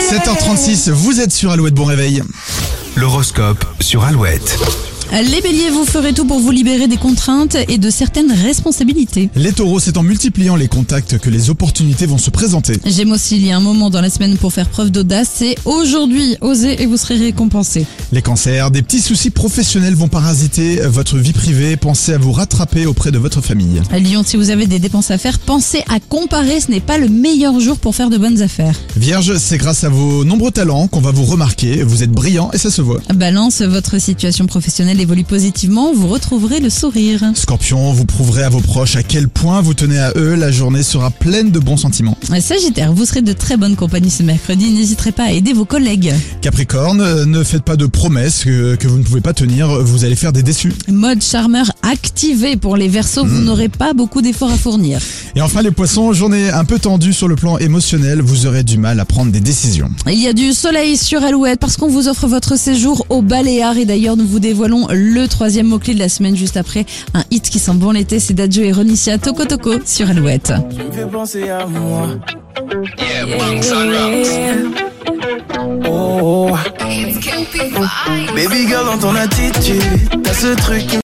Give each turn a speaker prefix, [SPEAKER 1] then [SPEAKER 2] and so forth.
[SPEAKER 1] 7h36, vous êtes sur Alouette, bon réveil.
[SPEAKER 2] L'horoscope sur Alouette.
[SPEAKER 3] Les béliers, vous ferez tout pour vous libérer des contraintes et de certaines responsabilités.
[SPEAKER 1] Les taureaux, c'est en multipliant les contacts que les opportunités vont se présenter.
[SPEAKER 3] J'aime aussi, il y a un moment dans la semaine pour faire preuve d'audace, c'est aujourd'hui, osez et vous serez récompensé.
[SPEAKER 1] Les cancers, des petits soucis professionnels vont parasiter votre vie privée, pensez à vous rattraper auprès de votre famille.
[SPEAKER 3] Lyon, si vous avez des dépenses à faire, pensez à comparer, ce n'est pas le meilleur jour pour faire de bonnes affaires.
[SPEAKER 1] Vierge, c'est grâce à vos nombreux talents qu'on va vous remarquer, vous êtes brillant et ça se voit.
[SPEAKER 3] Balance, votre situation professionnelle évolue positivement, vous retrouverez le sourire.
[SPEAKER 1] Scorpion, vous prouverez à vos proches à quel point vous tenez à eux, la journée sera pleine de bons sentiments.
[SPEAKER 3] Sagittaire, vous serez de très bonne compagnie ce mercredi, n'hésiterez pas à aider vos collègues.
[SPEAKER 1] Capricorne, euh, ne faites pas de promesses que, que vous ne pouvez pas tenir, vous allez faire des déçus.
[SPEAKER 3] Mode charmeur activé pour les versos, vous n'aurez pas beaucoup d'efforts à fournir.
[SPEAKER 1] Et enfin les poissons, journée un peu tendue sur le plan émotionnel, vous aurez du mal à prendre des décisions.
[SPEAKER 3] Il y a du soleil sur Alouette parce qu'on vous offre votre séjour au Baléares et d'ailleurs nous vous dévoilons le troisième mot-clé de la semaine juste après un hit qui sent bon l'été, c'est Dadjo et Ronicia Toko Toko sur Alouette.
[SPEAKER 4] Tu me fais penser à moi. Oh, oh. Baby girl, dans ton attitude, t'as ce truc qui